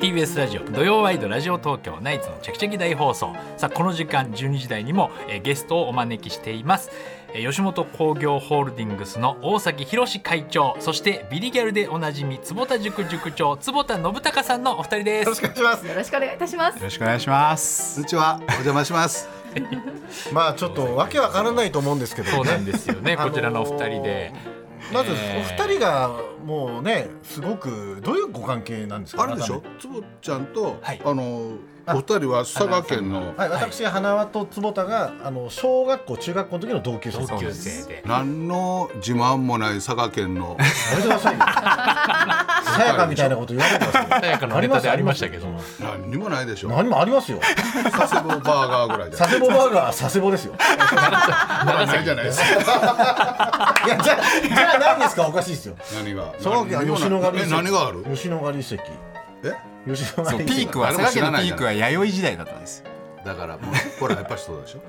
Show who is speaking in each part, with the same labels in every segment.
Speaker 1: TBS ラジオ土曜ワイドラジオ東京ナイツのチャキチャキ大放送さあこの時間12時台にも、えーゲストをお招きしています、えー吉本興業ホールディングスの大崎宏会長そしてビリギャルでおなじみ坪田塾塾長坪田信孝さんのお二人です
Speaker 2: ろしくお願いします。
Speaker 3: よろしくお願いいたします
Speaker 4: よ。ろしくお願いします
Speaker 5: こん。にちは。お邪魔します。
Speaker 2: まあちょっとわけわからないと思うんですけど、ね、
Speaker 1: そうなんですよ ね、
Speaker 2: あのー
Speaker 1: こちらのお二人で
Speaker 2: まずお
Speaker 1: えー
Speaker 2: 二人がもうねすごくどういうご関係なんですか。
Speaker 5: あれでしょ。つぼちゃんと、
Speaker 1: はい
Speaker 5: あのお二人は佐賀県の
Speaker 2: はい、私、花輪と坪田があの小学校中学校の時の同級生
Speaker 1: 同級
Speaker 2: です
Speaker 1: 生で
Speaker 5: 何の自慢もない佐賀県の
Speaker 2: やめてください よさやかみたいなこと言われてますよ
Speaker 1: さやかのネタでありましたけど
Speaker 2: ありま
Speaker 5: 何にもないでし
Speaker 2: す
Speaker 5: ょ。
Speaker 2: 何もありますよ
Speaker 5: 佐世保バーガーぐらいじゃ
Speaker 2: 佐
Speaker 5: ない。
Speaker 2: 世保バーガーは佐世保ですよ
Speaker 5: まあないじゃないですか。
Speaker 2: いやじゃあじゃあ何ですかおかしいですよ
Speaker 5: 何が。
Speaker 2: 佐賀県は吉野ヶ里遺
Speaker 5: え
Speaker 2: 跡
Speaker 5: 何がある？
Speaker 2: 吉野ヶ里遺跡
Speaker 5: え？
Speaker 2: 吉野ヶ
Speaker 4: そう
Speaker 2: 里遺跡
Speaker 4: ピークは
Speaker 5: 誰
Speaker 4: 佐
Speaker 5: も
Speaker 4: 賀県
Speaker 5: 知ら
Speaker 4: の
Speaker 5: ない
Speaker 4: ピー
Speaker 5: じゃん
Speaker 4: クは弥生時代だったんです。
Speaker 5: だからもうほらやっぱりそうでしょ。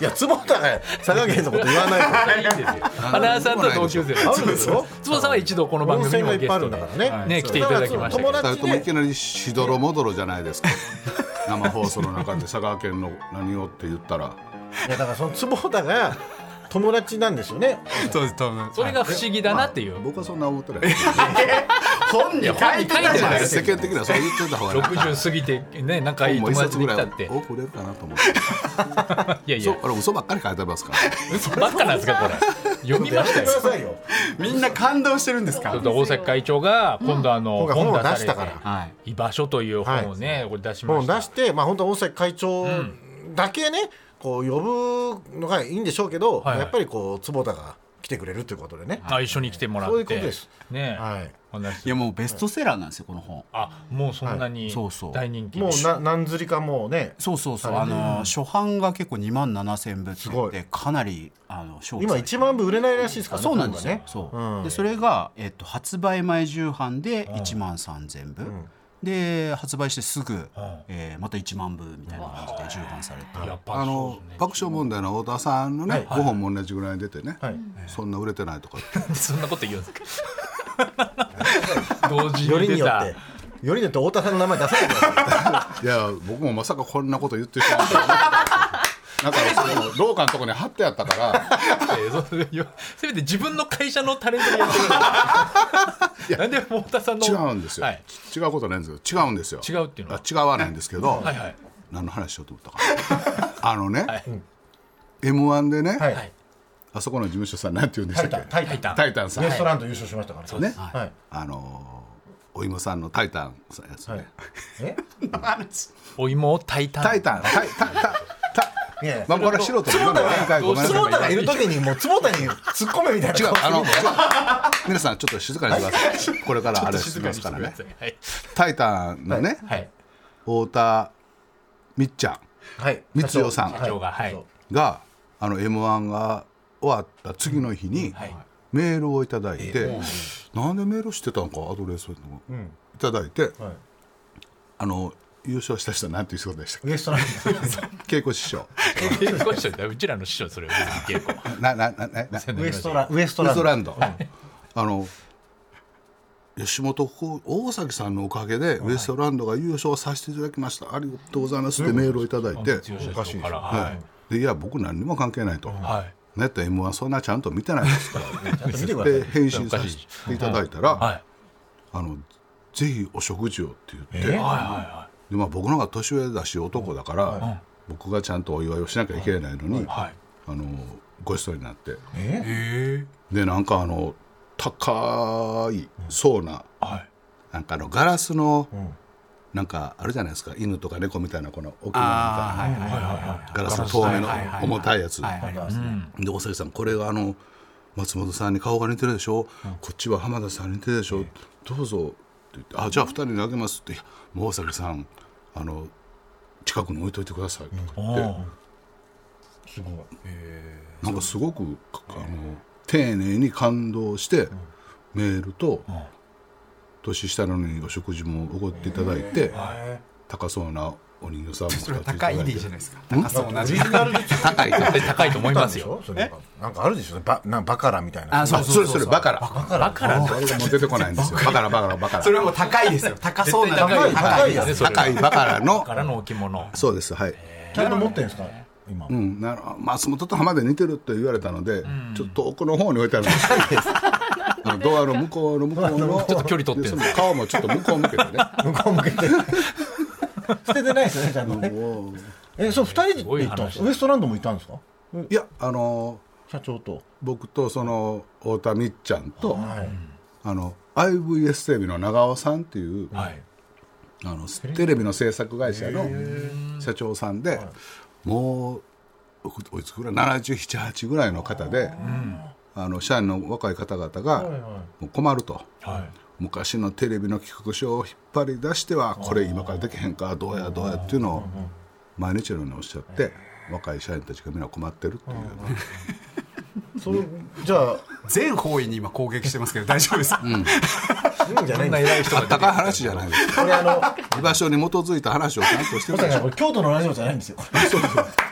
Speaker 2: いや坪田が佐賀県のこと言わないと
Speaker 1: いいんですよ花輪さんと同級生です
Speaker 2: あるんですよ
Speaker 1: 坪田さんは一度この番
Speaker 2: 温
Speaker 1: 組に
Speaker 2: 泉が
Speaker 1: も
Speaker 2: いっ
Speaker 1: ゲ
Speaker 2: ぱいあ
Speaker 1: ス
Speaker 2: る
Speaker 1: ト
Speaker 2: んだか
Speaker 1: で
Speaker 2: らね、
Speaker 4: はい
Speaker 1: ね来ていただきましたけ
Speaker 2: 友
Speaker 1: ど
Speaker 5: 二人
Speaker 2: 達
Speaker 5: ともい
Speaker 2: で
Speaker 5: きなりしどろもどろじゃないですか。生放送の中で佐賀県の何をって言ったら。
Speaker 2: いやだからその坪田が友達なんですよね
Speaker 4: そうです、多分。
Speaker 1: それが不思議だなっていう
Speaker 5: 僕はそんな思ってない。
Speaker 2: 本
Speaker 1: いや本に書いてないです
Speaker 5: 世間的にはそう言ってた方がいい。
Speaker 1: 60過ぎてね仲いい
Speaker 5: もう
Speaker 1: 友
Speaker 5: 一
Speaker 1: 達
Speaker 5: 冊
Speaker 1: で
Speaker 5: ぐ
Speaker 1: き
Speaker 5: ら
Speaker 1: た
Speaker 5: い
Speaker 1: って
Speaker 5: 多く売れるかなと思っ
Speaker 1: い
Speaker 5: て。
Speaker 1: やい
Speaker 5: そう
Speaker 1: や、
Speaker 5: あれ嘘ばっかり書いてますから。
Speaker 1: 嘘ばっかなんですか、これ。読みました
Speaker 2: くだ
Speaker 1: よ。
Speaker 2: さいよ
Speaker 4: みんな感動してるんです
Speaker 1: ちょっ
Speaker 4: か。
Speaker 1: と大崎会長が今度あの
Speaker 2: 今回本を
Speaker 1: 出され
Speaker 2: 出してたから
Speaker 4: はい。
Speaker 1: 居場所という本をね、これ出しま
Speaker 2: もう
Speaker 1: し
Speaker 2: 出
Speaker 1: た。
Speaker 2: してまあ本当は大崎会長だけね、こう呼ぶのがいいんでしょうけど、
Speaker 1: はいはい
Speaker 2: やっぱりこう坪田が来てくれるということでね、
Speaker 1: あ、一緒に来てもらって。
Speaker 2: そういうことです
Speaker 1: ね、
Speaker 2: はい
Speaker 1: 話
Speaker 4: いやもうベストセラーなんですよこの本。
Speaker 1: あ、もうそんなに
Speaker 4: いそうそう
Speaker 1: 大人気。
Speaker 2: もうな何釣りかもうね
Speaker 4: そうそうそう。あの初版が結構2万7千部って言ってかなりあの賞
Speaker 2: 今1万部売れないらしいですからね
Speaker 4: そうなんですよ、
Speaker 2: ね
Speaker 4: そう、
Speaker 2: うん
Speaker 4: でそれが、えっと、発売前重版で1万3000部、で発売してすぐ、えーまた1万部みたいな感じで重版されて、
Speaker 1: やっぱ
Speaker 5: あの
Speaker 1: そう
Speaker 5: 爆笑問題の太田さんのね、
Speaker 2: は
Speaker 5: 5本も同じぐらい出てね、
Speaker 2: はい
Speaker 5: そんな売れてないとか。
Speaker 1: そんなこと言うんですか。 同時
Speaker 2: よ
Speaker 1: に
Speaker 2: りに
Speaker 1: 出
Speaker 2: よったて。よりによって太田さんの名前出さないでください
Speaker 5: いや僕もまさかこんなこと言ってしまうとは思ってなかったなんかその廊下のとこに貼ってあったから
Speaker 1: えーそうよせめて自分の会社のタレントでやってるんだなんで太田さんの
Speaker 5: 違うんですよ、
Speaker 1: はい
Speaker 5: 違うことないんですけど違うんですよ
Speaker 1: 違うっていうのは
Speaker 5: あ違わないんですけど、
Speaker 1: はいはい
Speaker 5: 何の話しようと思ったかなあのね、
Speaker 1: はい
Speaker 5: m 1でね、
Speaker 2: はい、
Speaker 1: はい
Speaker 5: あそこの事務所さんなんて言うんでし
Speaker 2: タ
Speaker 5: た
Speaker 2: イ
Speaker 5: っけ
Speaker 2: タンタイタ
Speaker 1: タン
Speaker 2: ン
Speaker 5: タイタンさん、
Speaker 2: ウエストランド優勝しましたから
Speaker 5: ね、
Speaker 2: はい、
Speaker 5: あのーお芋さんのタイタンさんやつね、
Speaker 2: はい、え
Speaker 1: お芋を炊いた
Speaker 5: タイタンタイタンタイ
Speaker 2: いやいや
Speaker 5: まあこれは素人の今の展開ごめんなさい
Speaker 2: 坪田がいる時にもう坪田に突っ込めみたいな
Speaker 5: 違
Speaker 2: 顔
Speaker 5: う
Speaker 2: して
Speaker 5: あの違う皆さんちょっと静かにしてくださいこれからあれしますからね
Speaker 1: はい
Speaker 5: 「タイタン」のね
Speaker 1: はい
Speaker 5: 太田みっちゃ
Speaker 2: はい
Speaker 5: 光代さん
Speaker 2: はい
Speaker 1: 社長がはい
Speaker 2: そう
Speaker 5: があの m 1が終わった次の日に
Speaker 1: はい
Speaker 5: メールをいただいてなんでメールしてたのかアドレスをいただいて
Speaker 2: うはい
Speaker 5: あの優勝した人はなんていう人でしたっ
Speaker 2: ウエストランド
Speaker 5: け稽古師匠
Speaker 1: 稽 古師匠ってうちらの師匠それ稽古
Speaker 5: ななななな
Speaker 2: ウエストラウエスト
Speaker 5: ウエ
Speaker 2: ラン
Speaker 5: スト
Speaker 2: ド
Speaker 5: ランド。あの吉本興大崎さんのおかげでウエストランドが優勝させていただきましたありがとうございますってメールをいただいて、
Speaker 1: おかしいから
Speaker 5: は、
Speaker 1: はい
Speaker 5: でいや僕何にも関係ないと、
Speaker 1: いはい
Speaker 5: ネット m 1そんなちゃんと見てないですか
Speaker 2: ちゃんと見てくだ
Speaker 5: ら
Speaker 2: さい
Speaker 5: で返信させていただいたら、
Speaker 1: はい
Speaker 5: あのぜひお食事をって言って、
Speaker 2: え
Speaker 1: は
Speaker 5: でまあ、僕の方が年上だし男だから、僕がちゃんとお祝いをしなきゃいけないのに、
Speaker 1: いはい
Speaker 5: あのごちそうになって。
Speaker 2: え
Speaker 1: え
Speaker 5: でなんかあの高いそうな、
Speaker 1: はい
Speaker 5: なんかあのガラスの、なんかあるじゃないですか犬とか猫みたいなこの大きな
Speaker 4: ああはいはいはい
Speaker 5: なんかガラスの透明の
Speaker 4: はいはいはい
Speaker 5: 重たいやつ、
Speaker 4: はいはい
Speaker 5: で大崎さんこれがあの松本さんに顔が似てるでしょ、こっちは浜田さんに似てるでしょ、どうぞって言って「あじゃあ2人にあげます」っていや「もう大崎さんあの近くに置いといてください」とか言って、
Speaker 2: すごい
Speaker 5: なんかすごくかあの丁寧に感動して、メールと、年下なのにお食事もおごっていただいて、高そうなお人形さんも
Speaker 3: それは高いでいいじゃないですか高さ同
Speaker 2: オ
Speaker 3: じ
Speaker 2: リジナルで作
Speaker 5: 高い高い
Speaker 1: 高いと思い
Speaker 2: った
Speaker 1: ま
Speaker 2: ん
Speaker 1: す
Speaker 2: でし
Speaker 1: よ
Speaker 2: ょそれなんかあるでしょバなんかバカラみたいな
Speaker 4: あそうそうそう
Speaker 5: それそれバカラ
Speaker 1: バカラ
Speaker 5: あれがもう出てこないんですよバカラバカラバカラ
Speaker 3: それはもう高いですよ高そうな
Speaker 2: 高い高いやつ
Speaker 1: それ
Speaker 5: 高いバカラの
Speaker 1: からの置物
Speaker 5: そうですはい
Speaker 2: ちゃんと持ってるんです か今
Speaker 5: うん、なる松本と浜で似てると言われたので、ちょっと奥の方に置いてあるんです あのドアの向こうの向こうの
Speaker 1: ちょっと距離取ってるんです
Speaker 5: でその顔もちょっと向こう向けて ね
Speaker 2: 向こう向けて捨ててないですねちゃんとね
Speaker 5: もう
Speaker 2: えそう二人で行ったんですかウエストランドも行ったんですか
Speaker 5: いやあの
Speaker 2: 社長と
Speaker 5: 僕とその太田みっちゃんと、あの IVS テレビの長尾さんっていう、あのテレビの制作会社の社長さんで、もうおいつぐらい778ぐらいの方で、あの社員の若い方々がもう困ると。昔のテレビの企画書を引っ張り出してはこれ今からできへんかどうやどうやっていうのを毎日のようにおっしゃって若い社員たちがみんな困ってるっていう
Speaker 2: それじゃ
Speaker 3: 全方位に今攻撃してますけど大丈夫ですか
Speaker 2: あいいんじゃないんですか
Speaker 5: あったかい話じゃないです
Speaker 2: これあの
Speaker 5: 居場所に基づいた話をちゃんとして
Speaker 2: 小
Speaker 5: る
Speaker 2: 坂
Speaker 5: でし
Speaker 2: さん
Speaker 5: ょ
Speaker 2: これ京都のラジオじゃないんですよ
Speaker 1: 二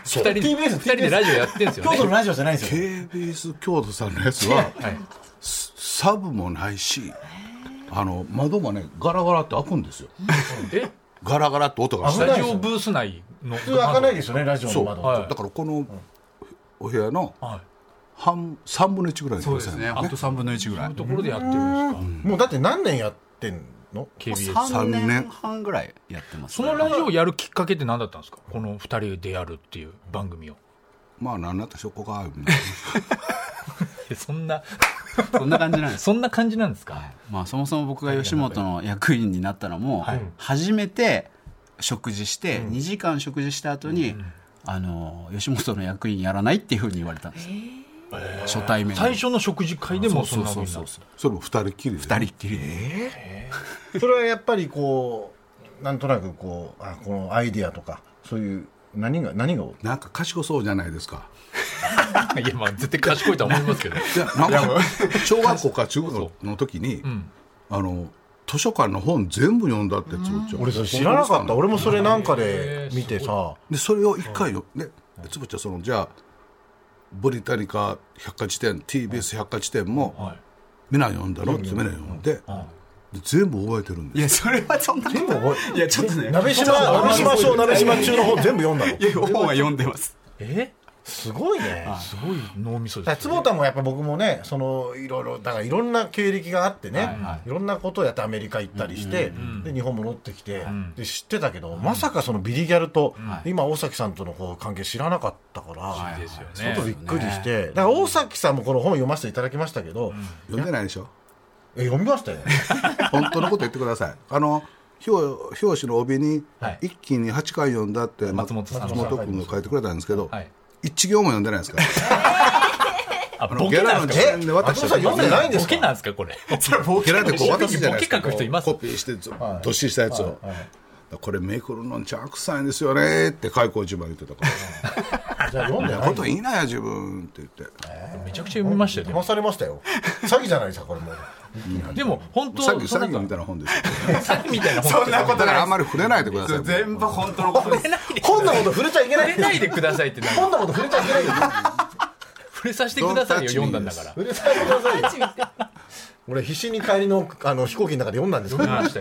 Speaker 1: 人で
Speaker 2: TBS
Speaker 1: 二人でラジオやってんですよ
Speaker 2: 京都の
Speaker 1: ね
Speaker 2: ラジオじゃないんですよ
Speaker 5: KBS 京都さんのやつは
Speaker 1: はい
Speaker 5: サブもないしあの窓もねガラガラって開くんですよ
Speaker 1: え
Speaker 5: ガラガラって音がし
Speaker 1: ス
Speaker 5: て
Speaker 1: タジオブース内の
Speaker 2: 普通開かないですよねラジオの窓
Speaker 1: そうはい
Speaker 5: だからこのお部屋の
Speaker 1: はい
Speaker 5: 半3分の1ぐらいに
Speaker 4: そうですねあと3分の1ぐらい
Speaker 1: ところでやってるんですか
Speaker 2: もうだって何年やってんの
Speaker 1: KBS
Speaker 4: 3
Speaker 5: 三
Speaker 4: 年
Speaker 5: 年
Speaker 4: 半ぐらいやってます
Speaker 1: そ
Speaker 4: ね
Speaker 1: のラジオをやるきっかけって何だったんですかこの二人でやるっていう番組を
Speaker 5: まあ何だったらしょこかみたいな
Speaker 1: そんな
Speaker 4: そんな感じなんです
Speaker 1: そんな感じなんですか、
Speaker 4: まあ、そもそも僕が吉本の役員になったのも、初めて食事して、2時間食事した後に、あの吉本の役員やらないっていうふうに言われたんです、初対面で
Speaker 1: 最初の食事会でもそ
Speaker 4: そ
Speaker 1: ん
Speaker 4: う
Speaker 1: な
Speaker 4: そ
Speaker 1: ふう
Speaker 4: う
Speaker 1: にな
Speaker 4: そ
Speaker 1: る
Speaker 4: うそう
Speaker 5: それも二人っきりで
Speaker 4: 二人っきりで
Speaker 2: それはやっぱりこうなんとなくこうあこのアイディアとかそういう何が何が
Speaker 5: なんか賢そうじゃないですか
Speaker 1: いやまあ絶対賢いとは思いますけど
Speaker 5: いやなんか 小学校か中学校の時に、あの図書館の本全部読んだってつぶちゃん
Speaker 2: 俺それ知らなかった俺もそれなんかで見てさ
Speaker 5: でそれを一回よ、ねつぶちゃんそのじゃあブリタニカ百科事典 TBS 百科事典も皆読んだのって皆読んでで全部覚えてるん
Speaker 4: い
Speaker 5: です
Speaker 4: やそれはそんなこといやちょっとね
Speaker 2: 鍋島鍋島小鍋島中の本全部読んだの
Speaker 4: いや本は読んでます
Speaker 1: え
Speaker 2: すごいね
Speaker 1: すごい脳みそで
Speaker 2: だから
Speaker 1: すね
Speaker 2: 坪田もやっぱ僕もねそのいろいろだからいろんな経歴があってね、いろんなことをやってアメリカ行ったりして、で日本戻ってきて、で知ってたけど、まさかそのビリギャルと、今大崎さんとのこう関係知らなかったから、
Speaker 1: ですよ
Speaker 2: ちょっとび
Speaker 1: ね
Speaker 2: っくりして、だから大崎さんもこの本読ませていただきましたけど、
Speaker 5: 読んでないでしょ
Speaker 2: え読み ましたよ、
Speaker 5: 本当のこと言ってくださいあの表表紙の帯に
Speaker 1: はい
Speaker 5: 一気に8回読んだって
Speaker 1: 松本さん
Speaker 5: 松本君が書いてくれたんですけど、
Speaker 1: はい
Speaker 5: 一行も読んでないですから
Speaker 1: あ
Speaker 5: あの
Speaker 1: ボケなんです
Speaker 5: ゲ
Speaker 1: か
Speaker 5: ラの時点で私
Speaker 2: 松本さん読んでないんです
Speaker 1: ボケなんですかこれ
Speaker 5: ボケられてこう渡すじゃないですか
Speaker 1: ボケ書く人います
Speaker 5: コピーしてずどっしりしたやつを、これめくるのんちゃくさいんですよねって開口一番言ってたから
Speaker 2: じゃあ読んで
Speaker 5: 「
Speaker 2: な
Speaker 5: こ
Speaker 2: い
Speaker 5: と言いなや自分」って言って
Speaker 1: めちゃくちゃ読みましたよでも
Speaker 2: 騙されましたよ詐欺じゃないですかこれもう
Speaker 1: でも本当
Speaker 5: さっき
Speaker 1: そ
Speaker 5: さっ
Speaker 1: ん
Speaker 5: き
Speaker 1: な
Speaker 5: みたいな本ですよ
Speaker 1: 詐欺み たいな本
Speaker 3: そんなこと
Speaker 5: だから
Speaker 3: な
Speaker 5: あんまり触れないでください
Speaker 3: い全部本当のことです
Speaker 2: 本なこと触れちゃいけな
Speaker 1: 触
Speaker 2: い
Speaker 1: れないでくださいってなんか
Speaker 2: 本なこと触れちゃいけないよ
Speaker 1: 触れさせてくださいよ読んだんだから
Speaker 2: 触れさせてくださいよ俺必死に帰りのあの飛行機の中で読んだんですけ
Speaker 1: 読
Speaker 2: ど
Speaker 1: みました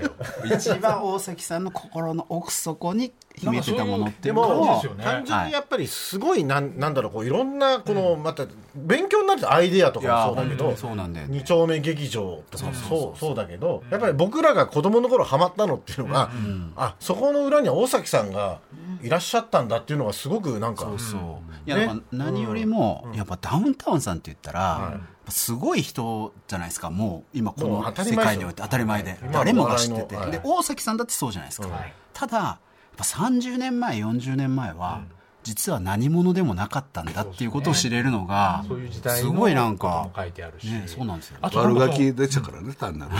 Speaker 1: よ
Speaker 4: 一番大崎さんの心の奥底に秘めてたものってい
Speaker 2: で
Speaker 4: うのを
Speaker 1: なんか
Speaker 2: も
Speaker 1: そういう感じですよね
Speaker 2: 単純にやっぱりすごいなんなんだろうこういろんなこのまた勉強になるアイデアとかもそうだけ
Speaker 4: いや
Speaker 2: ど
Speaker 4: ーそうなんだよね
Speaker 2: 二丁目劇場とかもそうそうだけどやっぱり僕らが子供の頃ハマったのっていうのがあそこの裏には大崎さんがいらっしゃったんだっていうのがすごくなんか
Speaker 4: そうそう、い
Speaker 2: ね
Speaker 4: やなんか何よりも、やっぱダウンタウンさんって言ったら、すごい人じゃないですかもう今こ
Speaker 2: もう当
Speaker 4: の
Speaker 2: たり
Speaker 4: 世
Speaker 2: 前ですよ
Speaker 4: 界において当たり前で
Speaker 2: 今の
Speaker 4: 誰もが知ってて、
Speaker 2: お笑いの
Speaker 4: で
Speaker 2: は
Speaker 4: 大崎さんだってそうじゃないですか、ただやっぱ30年前40年前は、実は何者でもなかったんだっていうことを知れるのが、
Speaker 1: そういう時代
Speaker 4: す
Speaker 1: の
Speaker 4: ごいなん
Speaker 1: こと
Speaker 4: か
Speaker 1: も、書いてあるし
Speaker 4: ね、そうなんですよ
Speaker 1: あとなん
Speaker 5: 悪
Speaker 1: か
Speaker 5: ガキ出ちゃうからね単なるね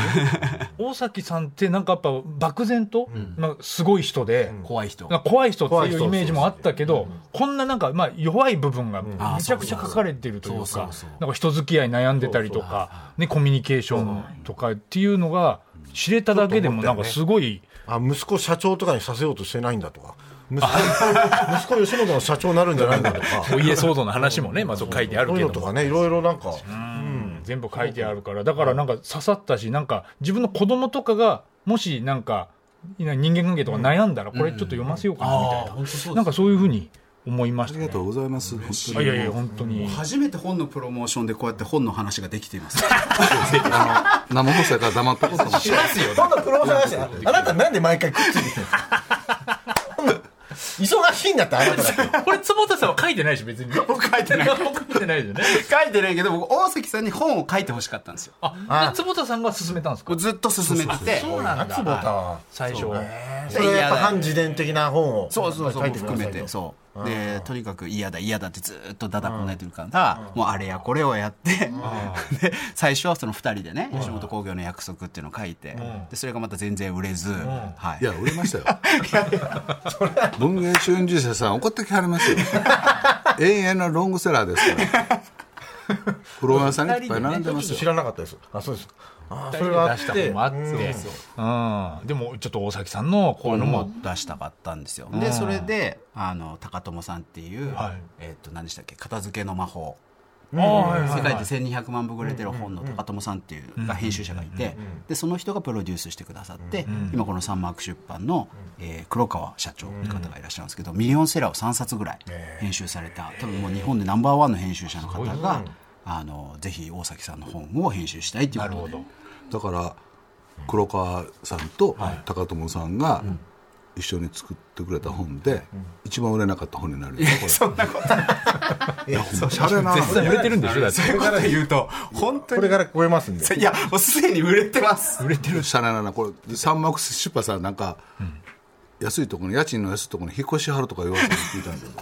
Speaker 1: 大崎さんってなんかやっぱ漠然と、まあ、すごい人で、
Speaker 4: 怖い人
Speaker 1: なんか怖い人っていうイメージもあったけど、こんななんか、まあ、弱い部分がめ
Speaker 4: あー
Speaker 1: ちゃくちゃ書かれてるという
Speaker 4: そう
Speaker 1: か
Speaker 4: そうそう、
Speaker 1: なんか人付き合い悩んでたりとか、ね、コミュニケーションとかっていうのが知れただけでも、なんかすごい、
Speaker 2: あ息子社長とかにさせようとしてないんだとか息 子息子吉本の社長になるんじゃないか とか
Speaker 1: お家騒動の話もね、まあ、そう書いてある
Speaker 2: そう
Speaker 1: け
Speaker 2: いう
Speaker 1: ど
Speaker 2: のと
Speaker 1: も
Speaker 2: かねいろいろなんか
Speaker 1: うん全部書いてあるからだからなんか刺さったしなんか自分の子供とかがもしなんか人間関係とか悩んだらこれちょっと読ませようかなみたいな、なんかそういうふうに思いまし
Speaker 5: あ
Speaker 1: た
Speaker 5: りが
Speaker 1: ね
Speaker 5: とうございます。本当
Speaker 1: あい
Speaker 5: に
Speaker 1: やいや本当に、
Speaker 4: 初めて本のプロモーションでこうやって本の話ができています。
Speaker 5: 生放送やから黙ってことかもしれない。
Speaker 2: 今度プロモーション話 してあなたなんで毎回くっついてきてるんですか忙しいんだってあなただって
Speaker 1: これ坪田さんは書いてないし別に僕書いてない書いてないですよね
Speaker 4: 書いてないけど、僕、大関さんに本を書いてほしかったんですよ。
Speaker 1: あで坪田さんが勧めたんです
Speaker 4: こ
Speaker 1: か
Speaker 4: れずっと進めてて、
Speaker 1: そうなんだ
Speaker 2: 坪田は
Speaker 1: 最初は
Speaker 2: それはやっぱ反自伝的な本を
Speaker 4: そうそうそう、
Speaker 2: 書いてくだ
Speaker 4: 含
Speaker 2: さい
Speaker 4: め
Speaker 2: と
Speaker 4: て、そう。で、とにかく嫌だ嫌だってずっとだだこねてるから、もうあれやこれをやって、 で、最初はその二人でね、吉本興業の約束っていうのを書いて、で、それがまた全然売れず、はい
Speaker 5: い。や、売れましたよ。文芸春秋社さん怒ってきはりますよ。永遠のロングセラーですから。フロアさんにいっぱい並んでま
Speaker 2: ち
Speaker 5: す
Speaker 2: ょっと知
Speaker 5: よ。
Speaker 2: らなかったですあそうですあそ
Speaker 1: そ
Speaker 2: れ
Speaker 1: れ
Speaker 2: があ
Speaker 1: が
Speaker 2: っ
Speaker 1: 出してた本もあって、
Speaker 2: うん
Speaker 1: うんでもちょっと大崎さんのこういうの
Speaker 4: も
Speaker 1: も
Speaker 4: う出したかったんですよ。で、それで、あの、高友さんっていう
Speaker 1: はい、
Speaker 4: えっと、何でしたっけ、片付けの魔法。
Speaker 1: ああはいはい
Speaker 4: 世
Speaker 1: はい
Speaker 4: 界で1200万部売れてる本の高友さんっていうが編集者がいてでその人がプロデュースしてくださって今このサンマーク出版のえー黒川社長の方がいらっしゃるんですけどミリオンセラーを3冊ぐらい編集された多分もう日本でナンバーワンの編集者の方があのぜひ大崎さんの本を編集したいということで
Speaker 5: だから、黒川さんと高友さんが一緒に作ってくれた本で、一番売れなかった本になるよ。そんなこと。いや、ほんま、しゃれな。
Speaker 1: 実際売れてるんでしょだって
Speaker 3: そういうこと言うと本当
Speaker 2: こ
Speaker 3: に
Speaker 2: れから超えますんで
Speaker 3: いやもうすでに売れてます
Speaker 5: 売れてるしゃれななこれ三幕出版さんなんか、安いところに家賃の安いところに引っ越しはるとか言われて聞いたんだよ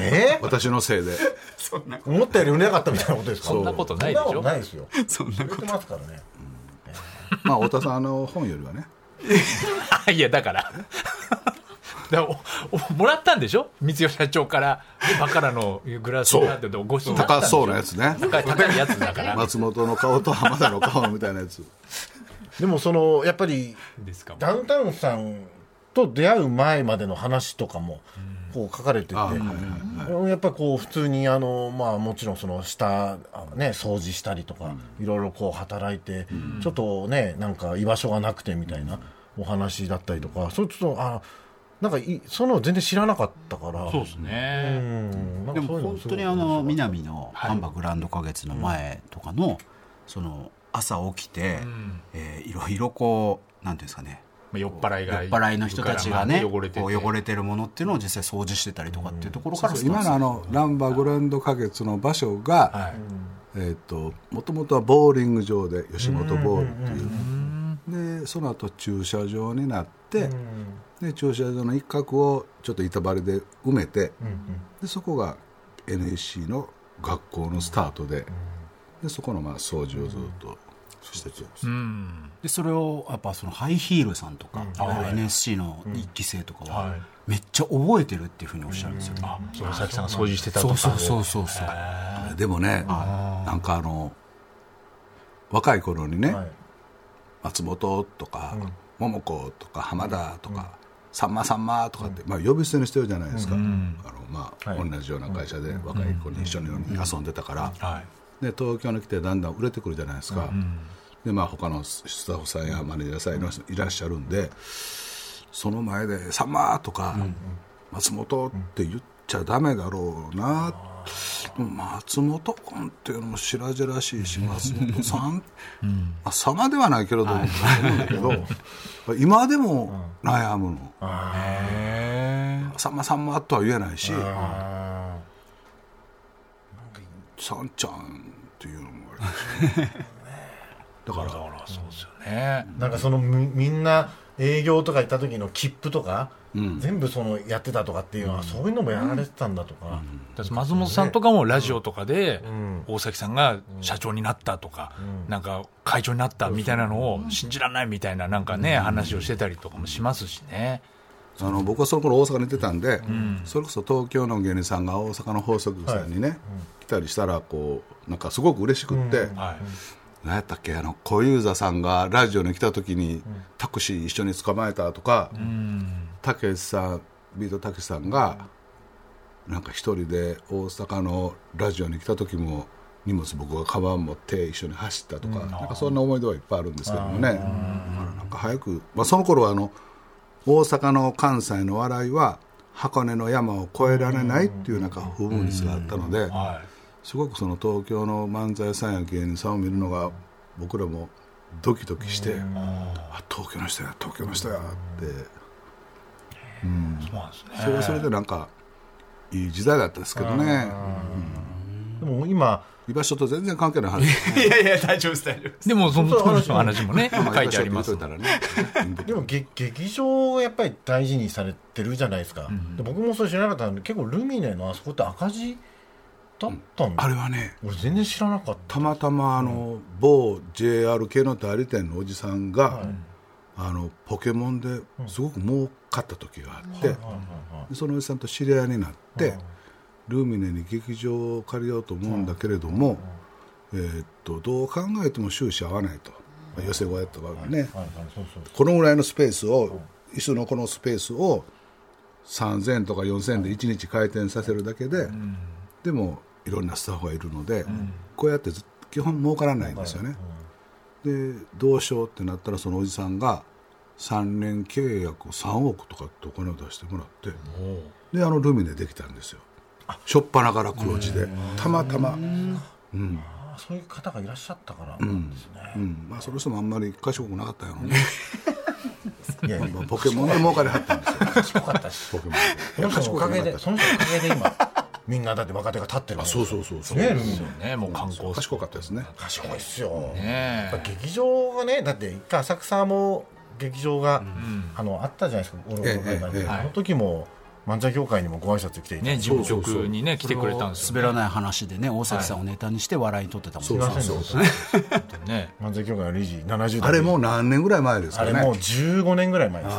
Speaker 2: え
Speaker 5: 私のせいで
Speaker 2: ー思ったより売れなかったみたいなことですか
Speaker 1: そんなことないでし
Speaker 2: そんなこと
Speaker 1: ょ
Speaker 2: ないですよ売れてますからね
Speaker 5: まあ太田さんあの本よりはね
Speaker 1: あいやだから だからおおもらったんでしょ三代社長からバカラのグラス
Speaker 5: そう
Speaker 1: になっててご馳走になったん
Speaker 5: 高
Speaker 1: でし
Speaker 5: そ
Speaker 1: ょ
Speaker 5: うなやつね
Speaker 1: 高い高いやつだから
Speaker 5: 松本の顔と浜田の顔みたいなやつ
Speaker 2: でもそのやっぱり
Speaker 1: ですか
Speaker 2: ダウンタウンさんと出会う前までの話とかもこう書かれてて、
Speaker 5: あはいはいはい
Speaker 2: うんやっぱこう普通にあの、まあ、もちろんその下あのね掃除したりとか、いろいろこう働いて、ちょっとねなんか居場所がなくてみたいなお話だったりとか、それちょっとあなんかいその全然知らなかったから
Speaker 1: そうですね、
Speaker 2: うんなん
Speaker 4: で
Speaker 2: かそ
Speaker 4: も
Speaker 2: う
Speaker 4: 本
Speaker 2: いうのもす
Speaker 4: 当
Speaker 2: ごい
Speaker 4: にあの南の丹波グランド花月の前とかのその朝起きて
Speaker 1: ん
Speaker 4: えーいろいろこうなんていうんですかね
Speaker 1: まあ、酔っ払い
Speaker 4: 酔っ
Speaker 1: が
Speaker 4: 払いの人たちがね
Speaker 1: まあ汚れてて
Speaker 4: こう汚れてるものっていうのを実際掃除してたりとかっていうところからスタート
Speaker 5: 今のあのランバーグランド花月の場所が、
Speaker 1: はい
Speaker 5: えー、ともともとはボーリング場で吉本ボールっていう、でその後駐車場になって、で駐車場の一角をちょっと板張りで埋めて、でそこが NSC の学校のスタートで,、でそこのまあ掃除をずっとしてて、
Speaker 1: うん
Speaker 4: でそれをやっぱそのハイヒールさんとか、NSC の一期生とかは、
Speaker 1: はい
Speaker 4: めっちゃ覚えてるっていうふうにおっしゃるんですよ、
Speaker 1: あそう佐々木さんが掃除してたと
Speaker 4: そ
Speaker 1: か
Speaker 4: うそうそうそうそう
Speaker 5: でもねなんかあの若い頃にね、
Speaker 2: はい
Speaker 5: 松本とか、桃子とか浜田とか、さんまさんまとかって、まあ、呼び捨てにしてるじゃないですか、あのまあ
Speaker 2: はい
Speaker 5: 同じような会社で若い子に一緒に遊んでたから、
Speaker 1: はい
Speaker 5: で東京に来てだんだん売れてくるじゃないですか、でまあ他のスタッフさんやマネージャーさんいらっしいらっしゃるんでその前で「さんま!」とか、松本」って言っちゃダメだろうな、でも松本君っていうのも白々しいし松本さん、まあ、様ではないけ れど、思うんだけど 今でも悩むの、さんまさんまとは言えないし、
Speaker 2: あ
Speaker 5: さんちゃんっていうのもあるだから
Speaker 1: だからそうですよね、
Speaker 2: ーなんかそのみみんな営業とか行った時の切符とか、全部そのやってたとかっていうのは、そういうのもやられてたんだとか、
Speaker 1: だって松本さんとかもラジオとかで、大崎さんが社長になったとか、なんか会長になったみたいなのを信じられないみたいな、なんかね、話をしてたりとかもしますしね。
Speaker 5: あの僕はその頃大阪に行ってたんで、それこそ東京の芸人さんが大阪の放送局さんにね、来たりしたらこうなんかすごく嬉しくって、なん、
Speaker 1: はい
Speaker 5: 何やったっけあの小遊三さんがラジオに来た時にタクシー一緒に捕まえたとかたけしさんビートたけしさんがなんか一人で大阪のラジオに来た時も荷物僕がカバン持って一緒に走ったとか,、なんかそんな思い出はいっぱいあるんですけどもねだからなんか早く、まあ、その頃はあの大阪の関西の笑いは箱根の山を越えられないっていうなんか風物詩があったので、すごくその東京の漫才さんや芸人さんを見るのが僕らもドキドキして、あ東京の人や東京の人やって、うん、
Speaker 1: そうなんですね
Speaker 5: それはそれでなんかいい時代だったですけどね、
Speaker 2: でも今
Speaker 5: 居場所と全然関係ない話
Speaker 3: いやいや、大丈夫です、大丈夫です。
Speaker 1: でもその
Speaker 2: そう
Speaker 1: 当時の話もね
Speaker 5: ま
Speaker 1: 書いてあります
Speaker 5: 居場所って言っといたらね
Speaker 2: でも劇劇場をやっぱり大事にされてるじゃないですか、で僕もそれ知らなかったんで結構ルミネのあそこって赤字だったんだ、
Speaker 5: あれはね
Speaker 2: 俺全然知らなかった
Speaker 5: たまたまあの某 JR 系の代理店のおじさんが、あのポケモンですごく儲かった時があって、でそのおじさんと知り合いになって、ルミネに劇場を借りようと思うんだけれども、えーっとどう考えても収支合わないと、まあ寄せ小屋とかね、
Speaker 2: はいはいそうそう
Speaker 5: このぐらいのスペースを椅子のこのスペースを3000とか4000で1日回転させるだけで、でもいろんなスタッフがいるので、こうやってず基本儲からないんですよね、でどうしようってなったらそのおじさんが3年契約を3億とかってお金を出してもらってであのルミネできたんですよしょっぱなから黒字でたまたま
Speaker 2: ああそういう方がいらっしゃったから、
Speaker 5: うんまあその人もあんまり賢くなかったよね
Speaker 2: いやいや
Speaker 5: まあポケモンで儲かりはったんですよ
Speaker 2: 賢かったし
Speaker 5: ポケモンで。
Speaker 2: その人のおかげでその人のおかげで今みんなだって若手が立ってる
Speaker 5: あそう
Speaker 2: う
Speaker 5: そうそうそう、
Speaker 2: ねルミネ
Speaker 1: ねもう観光
Speaker 5: 賢かったですね
Speaker 2: 賢いっすよ、
Speaker 1: ね
Speaker 2: やっぱ劇場がねだって一回浅草も劇場が、あのあったじゃないですかオロゴの会館で
Speaker 5: ええええ
Speaker 2: あの時も漫才協会にもご挨拶来ていただ
Speaker 1: ね
Speaker 2: いて
Speaker 1: 事務局にね来てくれたんです
Speaker 4: 滑らない話でね大崎さんをネタにして笑いに取ってたもんね、
Speaker 2: いませんでした
Speaker 1: よね
Speaker 2: 漫才協会の理事70代
Speaker 5: あれもう何年ぐらい前です
Speaker 2: あ
Speaker 5: か
Speaker 2: れ
Speaker 5: ね
Speaker 2: もう15年ぐらい前です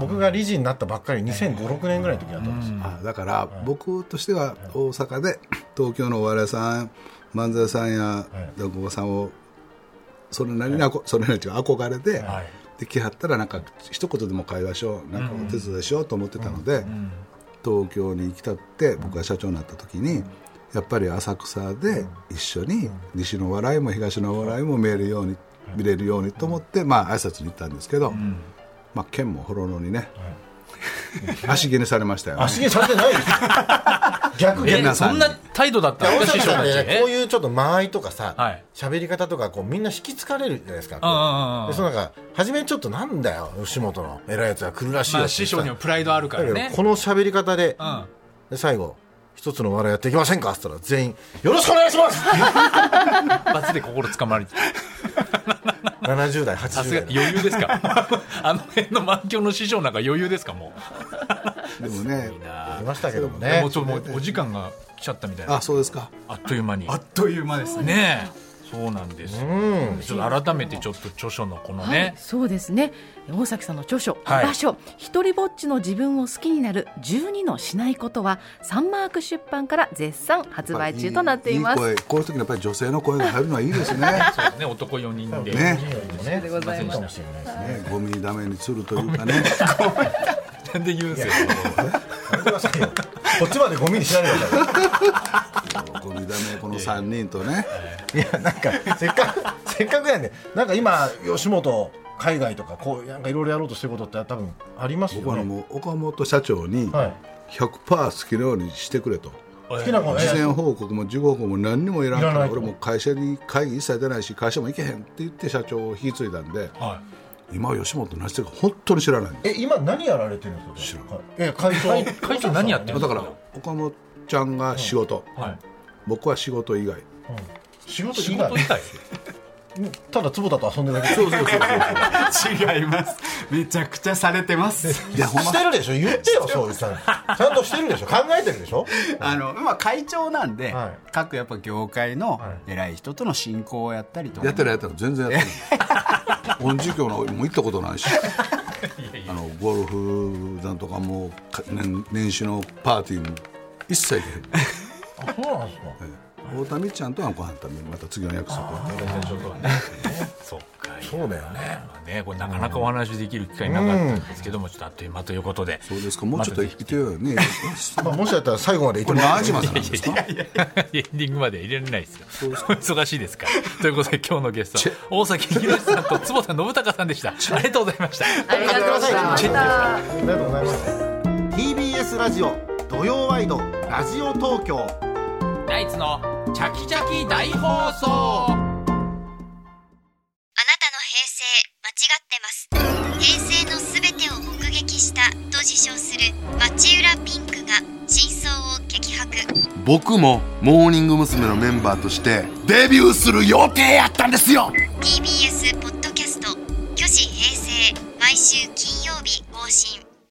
Speaker 2: 僕が理事になったばっかり2005、6年ぐらいの時だったんですよ
Speaker 5: あだから僕としては大阪で東京のお笑いさん漫才さんや落語家さんをそれなりにあこそれなりに違う憧れで、できはったらなんか一言でも会話しようなんかお手伝いしようと思ってたので、東京に来たって僕が社長になった時にやっぱり浅草で一緒に西の笑いも東の笑いも見えるように見れるようにと思ってまあ挨拶に行ったんですけど、まあ県もほろのにね、 足蹴にされましたよね
Speaker 2: 足毛されてないですよ逆
Speaker 1: え
Speaker 2: に
Speaker 5: 皆さん
Speaker 1: そんな態度だった
Speaker 2: 大
Speaker 1: の
Speaker 2: 阪
Speaker 1: 師匠
Speaker 2: さん
Speaker 1: た
Speaker 2: っ
Speaker 1: ち
Speaker 2: てねこう
Speaker 1: う
Speaker 2: いうちょっと間合いとかさ
Speaker 1: はい
Speaker 2: 喋、り方とかこうみんな引きつかれるじゃないですか
Speaker 1: んうんうん
Speaker 2: でそのなんか初めちょっとなんだよ吉本の偉いやつが来るらしいよ
Speaker 1: ま
Speaker 2: っ
Speaker 1: あ
Speaker 2: て言
Speaker 1: 師
Speaker 2: って
Speaker 1: 匠
Speaker 2: た
Speaker 1: にはプライドあるから
Speaker 2: だけ
Speaker 1: ね
Speaker 2: どこの喋り方で
Speaker 1: うん
Speaker 2: で最後一つの笑いやっていきませんかっつったら全員「よろしくお願い します! 」
Speaker 1: 罰で心つかまれて
Speaker 2: 70代
Speaker 1: さすが
Speaker 2: 80代の
Speaker 1: 余裕です かあの辺の満響の師匠なんか余裕ですかも
Speaker 5: でもね、
Speaker 2: ありましたけども
Speaker 1: う
Speaker 2: ね
Speaker 1: もうちょっともうお時間が来ちゃったみたいな
Speaker 5: あ、そうですか。
Speaker 1: あっという間に
Speaker 3: あっという間ですね。
Speaker 1: ねえそうなんですよ
Speaker 2: うん
Speaker 1: ちょっと改めてちょっと著書のこの
Speaker 6: はい
Speaker 1: ね、
Speaker 6: そうですね大崎さんの著書「居
Speaker 1: はい
Speaker 6: 場所、一人ぼっちの自分を好きになる12のしないことは」サンマーク出版から絶賛発売中となっています。
Speaker 5: いい声、こういう時にやっぱり女性の声が入るのはいいですね。
Speaker 1: そうですね男4人で、
Speaker 5: ね、
Speaker 2: ね
Speaker 6: でございました
Speaker 2: かもしれないですね
Speaker 5: ねゴミダメにするというかね。
Speaker 1: なんで言うんすよ
Speaker 2: こっちまでゴミにしないでください
Speaker 5: ゴミダメ、この三人とね。
Speaker 2: いやなんかせっかくせっかくやねなんか今吉本海外とかこうなんかいろいろやろうとしてることって多分ありますよ
Speaker 5: 僕はあの
Speaker 2: ね。
Speaker 5: もう岡本社長に
Speaker 2: はい
Speaker 5: 100パー好きなようにしてくれと。
Speaker 2: 好きな子
Speaker 5: 事前
Speaker 2: ね。
Speaker 5: 報告も事後報告も何にもいらんか
Speaker 2: いらな
Speaker 5: ら
Speaker 2: いと
Speaker 5: 俺も会社に会議一切出ないし会社も行けへんって言って社長を引き継いだんで
Speaker 1: は
Speaker 5: 今吉本何してるか本当に知らないんで
Speaker 2: え今何やられてるんですか。はいえ会長
Speaker 1: 会長何やってる
Speaker 5: すだから岡本ちゃんが仕事
Speaker 1: い、はい、
Speaker 5: 僕は仕事以外
Speaker 2: 仕事
Speaker 1: 仕
Speaker 2: 以外
Speaker 1: 事以外
Speaker 2: ただ坪田と遊んでるだけ。
Speaker 5: そうそうそうそう
Speaker 3: 違います。めちゃくちゃされてます。
Speaker 5: いやほんま
Speaker 2: してるでしょ言ってよそういうさちゃんとしてるでしょ考えてるでしょ。
Speaker 4: あのまあ、会長なんで、
Speaker 2: は
Speaker 4: 各やっぱ業界の偉い人との進行をやったりとか、
Speaker 5: やってるやったら全然やって ない音儒教のもう行ったことないしあのゴルフなんとかもうか年年始のパーティーも一切行けへ
Speaker 2: あそうなんですか。
Speaker 5: ん太田美ちゃんとはご飯食べるまた次の約束
Speaker 1: そうか
Speaker 2: そうだよね
Speaker 1: ね、これなかなかお話しできる機会なかったんですけども、ちょっとあっという間ということで。
Speaker 5: そうですかもうちょっといてよ ね
Speaker 2: まあもしだったら最後までいて
Speaker 5: こ
Speaker 2: も
Speaker 5: れ
Speaker 2: ら
Speaker 5: 何時までなんですか
Speaker 1: エンディングまで入れられないですよ。忙しいですから。ということで、今日のゲストは、大崎宏さんと坪田信孝さんでした。ありがとうございました。
Speaker 6: ありがとうございました。
Speaker 2: ありがとうございます
Speaker 7: TBS ラジオ土曜ワイドラジオ東京
Speaker 1: ナイツのチャキチャキ大放送
Speaker 8: あなたの平成間違ってます平成のすべてを目撃したと自称する町浦ピンクが真相を激白
Speaker 9: 僕もモーニング娘。のメンバーとしてデビューする予定やったんですよ
Speaker 8: TBS